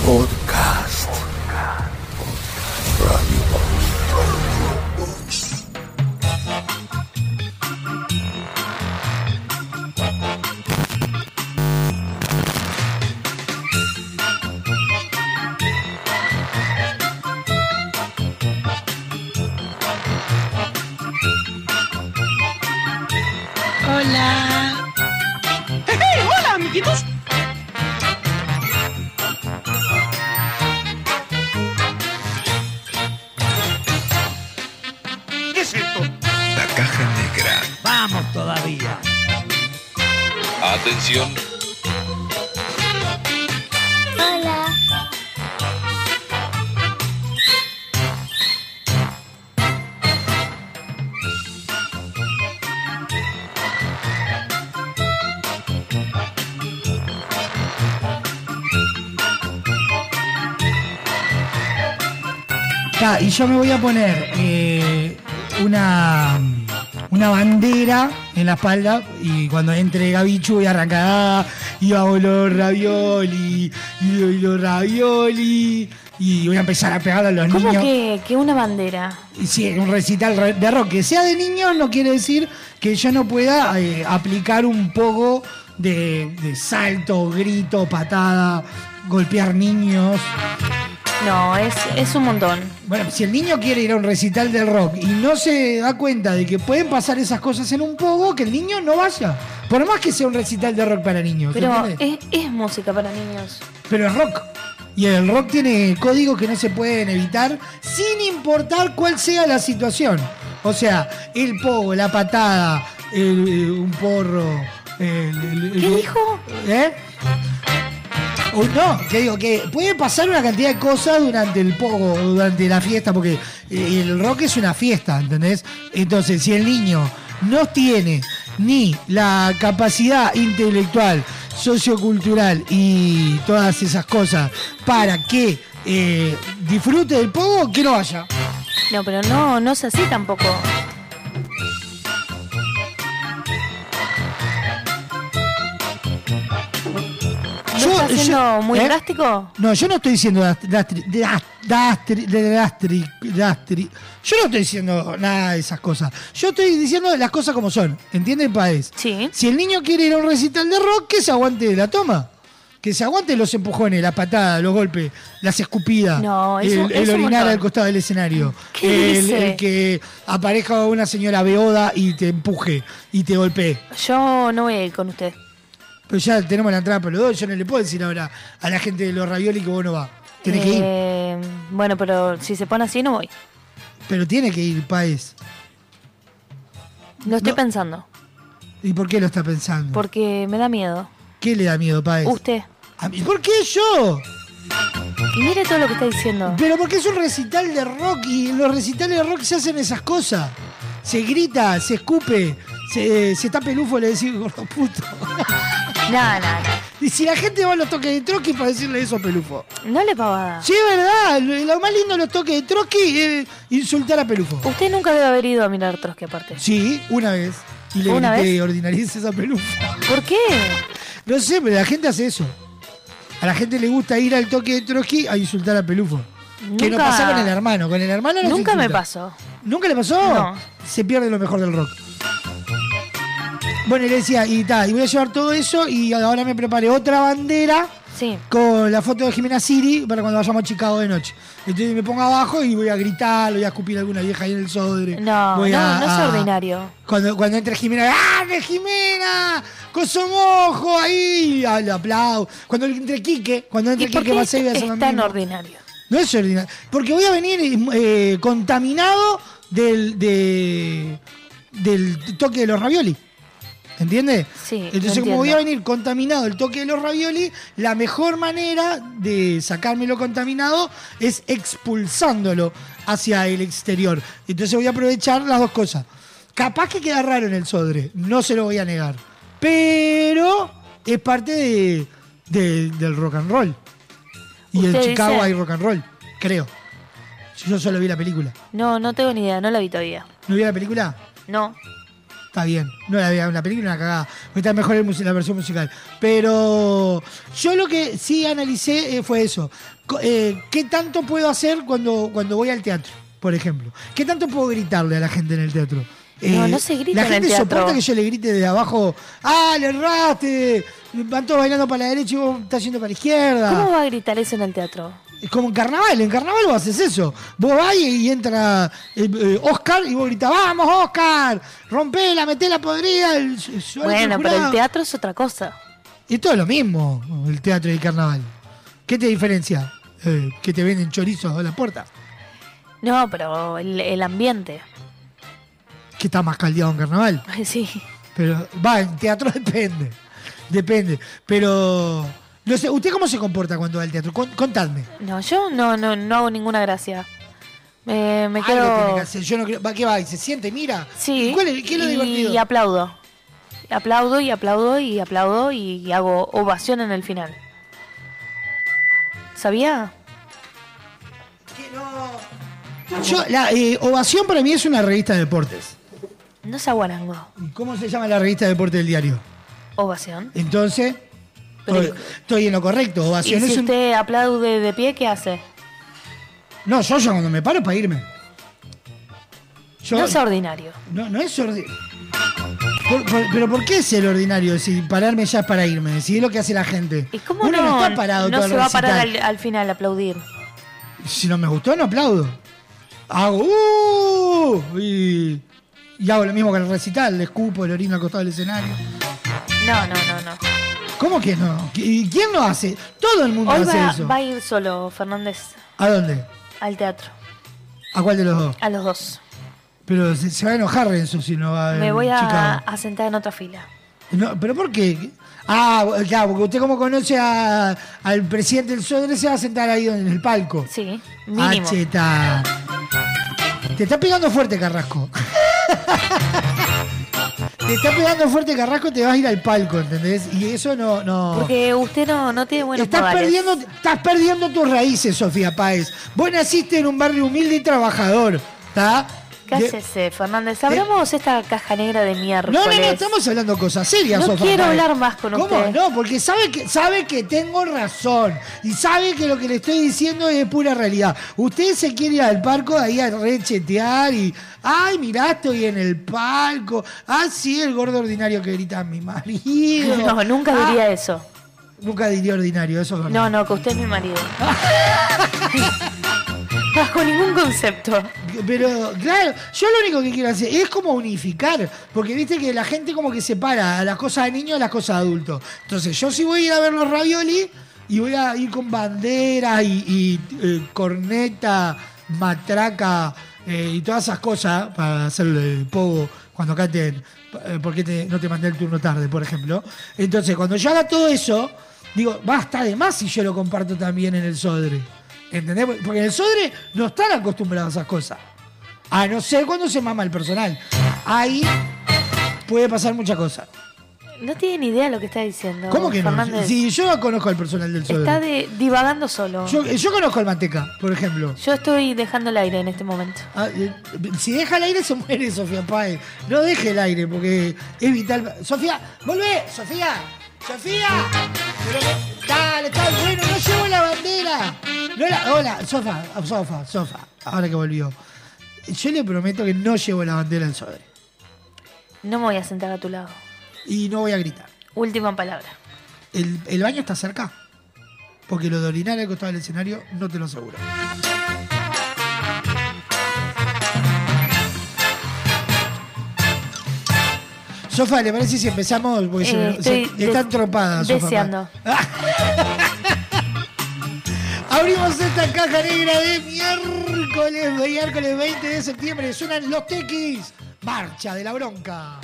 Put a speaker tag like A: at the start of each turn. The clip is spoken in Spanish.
A: Podcast.
B: Hola.
C: ¡Eh,
B: ¡Hey! ¡Hola, amiguitos!
C: ¿Qué es esto?
D: La caja negra.
C: Vamos todavía.
D: Atención,
E: Hola.
F: Ta, y yo me voy a poner eh, una, una bandera en la espalda y cuando entre Gabichu voy a arrancar ah, y hago los ravioli y doy los ravioli y voy a empezar a pegar a los
E: ¿Cómo
F: niños.
E: que, que una bandera?
F: Y Sí, un recital re- de rock que sea de niños no quiere decir que yo no pueda eh, aplicar un poco de, de salto, grito, patada, golpear niños.
E: No, es, es un montón.
F: Bueno, si el niño quiere ir a un recital del rock y no se da cuenta de que pueden pasar esas cosas en un poco, que el niño no vaya. Por más que sea un recital de rock para niños.
E: Pero
F: ¿entendés?
E: es, es música para niños.
F: Pero es rock. Y el rock tiene códigos que no se pueden evitar sin importar cuál sea la situación. O sea, el pogo, la patada, el- eh, un porro. el- el- el-
E: ¿Qué dijo?
F: ¿Eh? O no, que digo que puede pasar una cantidad de cosas durante el pogo, durante la fiesta, porque eh, el rock es una fiesta, ¿entendés? Entonces, si el niño no tiene ni la capacidad intelectual, sociocultural y todas esas cosas para que eh, disfrute del pogo, que no vaya.
E: No, pero no, no es así tampoco. ¿Lo
F: Yo-
E: está haciendo
F: yo-
E: muy
F: ¿eh?
E: drástico?
F: No, yo no estoy diciendo dastri, dastri- dastri- dastri- dastri- Yo no estoy diciendo nada de esas cosas. Yo estoy diciendo las cosas como son. ¿Entiende el país?
E: Sí.
F: Si el niño quiere ir a un recital de rock, que se aguante la toma. Que se aguante los empujones, las patadas, los golpes, las escupidas,
E: No, es
F: el,
E: un- es
F: el
E: un
F: orinar
E: montón.
F: al costado del escenario,
E: ¿Qué
F: el,
E: dice?
F: el que aparezca una señora beoda y te empuje y te golpee.
E: Yo no voy a ir con usted.
F: Pero ya tenemos la entrada para los dos, yo no le puedo decir ahora a la gente de los ravioli que vos no vas. Tenés que ir.
E: Eh, Bueno, pero si se pone así, no voy.
F: Pero tiene que ir Paez.
E: Lo estoy
F: No.
E: pensando.
F: ¿Y por qué lo está pensando?
E: Porque me da miedo.
F: qué le da miedo Paez?
E: Usted.
F: A mí- ¿Por qué yo?
E: Y mire todo lo que está diciendo.
F: Pero porque es un recital de rock y en los recitales de rock se hacen esas cosas. Se grita, se escupe, se, se está pelufo, le decís gordo puto.
E: Nada, nada.
F: y si la gente va a los toques de Trotsky para decirle eso a pelufo.
E: No le pavada.
F: Sí, es verdad. Lo lo más lindo de los toques de Trotsky es insultar a pelufo.
E: Usted nunca debe haber ido a mirar Trotsky aparte.
F: Sí, una vez. Y le
E: ¿Una
F: grité
E: vez?
F: ordinarices a pelufo.
E: ¿Por qué?
F: No sé, pero la gente hace eso. A la gente le gusta ir al toque de Trotsky a insultar a Pelufo. Que no
E: Nunca-
F: pasa con el hermano. Con el hermano no se
E: Nunca me
F: insulta.
E: pasó.
F: ¿Nunca le pasó?
E: No.
F: Se pierde lo mejor del rock. Bueno, y le decía, y ta, y voy a llevar todo eso y ahora me preparé otra bandera
E: Sí.
F: con la foto de Jimena Siri para cuando vayamos a Chicago de noche. Entonces me pongo abajo y voy a gritar, voy a escupir a alguna vieja ahí en el sodre.
E: No,
F: Voy
E: no,
F: a-
E: no es
F: a-
E: ordinario.
F: Cuando, cuando entra Jimena, ¡ah, de Jimena! ¡Coso mojo! Ahí, al aplauso. Cuando entre Quique, cuando entre
E: ¿Y por
F: Quique
E: qué es,
F: Macei voy a hacer lo
E: es tan
F: mismo.
E: ordinario?
F: No es ordinario. Porque voy a venir eh, contaminado del, de- del toque de los ravioli. ¿Entiendes?
E: Sí, lo
F: Entonces, como voy a
E: entiendo.
F: venir contaminado del toque de los ravioli, la mejor manera de sacármelo contaminado es expulsándolo hacia el exterior. Entonces, voy a aprovechar las dos cosas. Capaz que queda raro en el sodre, no se lo voy a negar. Pero es parte de- de- del rock and roll. Y en
E: Usted
F: Chicago
E: dice-
F: hay rock and roll, creo. Yo solo vi la película.
E: No, no tengo ni idea, no la vi todavía.
F: ¿No vi la película?
E: No.
F: Está bien. No la vean, la película es una cagada. porque Está mejor el mus- la versión musical. Pero yo lo que sí analicé eh, fue eso. Co- eh, ¿Qué tanto puedo hacer cuando, cuando voy al teatro, por ejemplo? ¿Qué tanto puedo gritarle a la gente en el teatro? Eh,
E: No, no se
F: La
E: grita en el
F: gente
E: teatro.
F: soporta que yo le grite de abajo, ¡ah, le erraste! Van todos bailando para la derecha y vos estás yendo para la izquierda.
E: ¿Cómo va a gritar eso en el teatro?
F: Es Como en carnaval, en carnaval vos haces eso. Vos vas y, y entra eh, eh, Oscar y vos gritas, vamos Oscar, rompela, metela podrida. el- su- su-
E: Bueno, pero
F: jurado".
E: el teatro es otra cosa.
F: Y todo lo mismo, el teatro y el carnaval. ¿Qué te diferencia? Eh, que te venden chorizos a la puerta.
E: No, pero el, el ambiente.
F: Que está más caldeado en carnaval.
E: Sí.
F: Pero va, en teatro depende. Depende. Pero, no sé, ¿usted cómo se comporta cuando va al teatro? Con- contadme.
E: No, yo no, no, no hago ninguna gracia. Eh, Me, me
F: Algo tiene
E: quedo.
F: que hacer, Yo no creo- ¿va, ¿Qué va? ¿Y se siente y mira?
E: Sí.
F: ¿Y cuál es- ¿Qué es lo
E: y
F: divertido?
E: aplaudo. Aplaudo y aplaudo y aplaudo y hago ovación en el final. ¿Sabía?
F: Yo, la, eh, Ovación para mí es una revista de deportes.
E: No es aguarango.
F: ¿Cómo se llama la revista de deportes del diario?
E: Ovación.
F: Entonces,
E: Pero-
F: estoy, estoy en lo correcto.
E: Y
F: Ovación es
E: si
F: un...
E: usted aplaude de pie, ¿qué hace?
F: No, yo ya cuando me paro para irme. Yo,
E: No es ordinario.
F: no, no es ordinario. pero ¿por qué es el ordinario? Si pararme ya es para irme. Si es lo que hace la gente.
E: ¿Y cómo
F: Uno
E: no,
F: está parado
E: no
F: todo el
E: se va a parar
F: recital.
E: al, al final a aplaudir?
F: Si no me gustó, no aplaudo. Hago "Uh", y, y hago lo mismo que en el recital. Le escupo, le orino al costado del escenario.
E: No, no, no, no.
F: ¿Cómo que no? ¿Y quién lo hace? Todo el mundo
E: Hoy
F: hace
E: va,
F: eso.
E: va a ir solo Fernández
F: ¿A dónde?
E: al teatro,
F: ¿A cuál de los dos?
E: a los dos.
F: Pero se, se va a enojar Renzo si no va a
E: Me voy a,
F: Chicago.
E: a sentar en otra fila.
F: No, ¿Pero por qué? Ah, claro, porque usted como conoce a- al presidente del Sodre se va a sentar ahí en el palco.
E: Sí,
F: Ah,
E: mínimo.
F: cheta. Te está pegando fuerte, Carrasco. te está pegando fuerte, Carrasco, te vas a ir al palco, ¿entendés? Y eso no... no...
E: Porque usted no, no tiene buenos
F: estás
E: modales.
F: perdiendo, estás perdiendo tus raíces, Sofía Páez. Vos naciste en un barrio humilde y trabajador, ¿está?
E: ¿Qué
F: De-
E: haces, Fernández? Abramos esta caja negra de mierda.
F: No, no, no, estamos hablando cosas serias,
E: No
F: Sofía
E: quiero
F: Páez.
E: hablar más con
F: ¿Cómo?
E: usted.
F: No, porque sabe que, sabe que tengo razón y sabe que lo que le estoy diciendo es pura realidad. Usted se quiere ir al palco ahí a rechetear y, ay, mirá, estoy en el palco. Ah, sí, el gordo ordinario que grita mi marido.
E: No, nunca
F: Ah,
E: diría eso.
F: Nunca diría ordinario, eso es verdad.
E: No, no, que usted es mi marido. Bajo ningún concepto.
F: Pero, claro, yo lo único que quiero hacer es como unificar, porque viste que la gente como que separa a las cosas de niños a las cosas de adultos. Entonces, yo sí voy a ir a ver los ravioli y voy a ir con bandera y, y, eh, corneta, matraca eh, y todas esas cosas para hacerle el pogo cuando canten, eh, ¿por qué te- no te mandé el turno tarde, por ejemplo? Entonces, cuando yo haga todo eso, digo, basta de más si yo lo comparto también en el Sodre. ¿Entendés? Porque en el Sodre no están acostumbrados a esas cosas. A no ser cuando se mama el personal. Ahí puede pasar muchas cosas.
E: No tiene ni idea de lo que está diciendo.
F: ¿Cómo que no?
E: Fernández.
F: Si yo no conozco al personal del
E: Está
F: Sodre.
E: de- divagando solo. Yo,
F: Yo, yo conozco al Manteca, por ejemplo.
E: estoy dejando el aire en este momento.
F: Ah, eh, Si deja el aire se muere Sofía Páez. No deje el aire porque es vital. Sofía, volvé, Sofía, Sofía. Pero me- Dale, está bueno, no llevo la bandera. No la- hola, Sofa, Sofa, Sofa. Ahora que volvió. Yo le prometo que no llevo la bandera al sobre.
E: No me voy a sentar a tu lado.
F: Y no voy a gritar.
E: Última palabra.
F: El, el baño está cerca. Porque lo de orinar al costado del escenario no te lo aseguro. Sofá, ¿le parece si empezamos? Porque se
E: Eh,
F: me- Pues, se-
E: estoy
F: está
E: de-
F: entropada, Sofá.
E: deseando.
F: Abrimos esta caja negra de miércoles, miércoles 20 de septiembre. Suenan los tequis. Marcha de la bronca.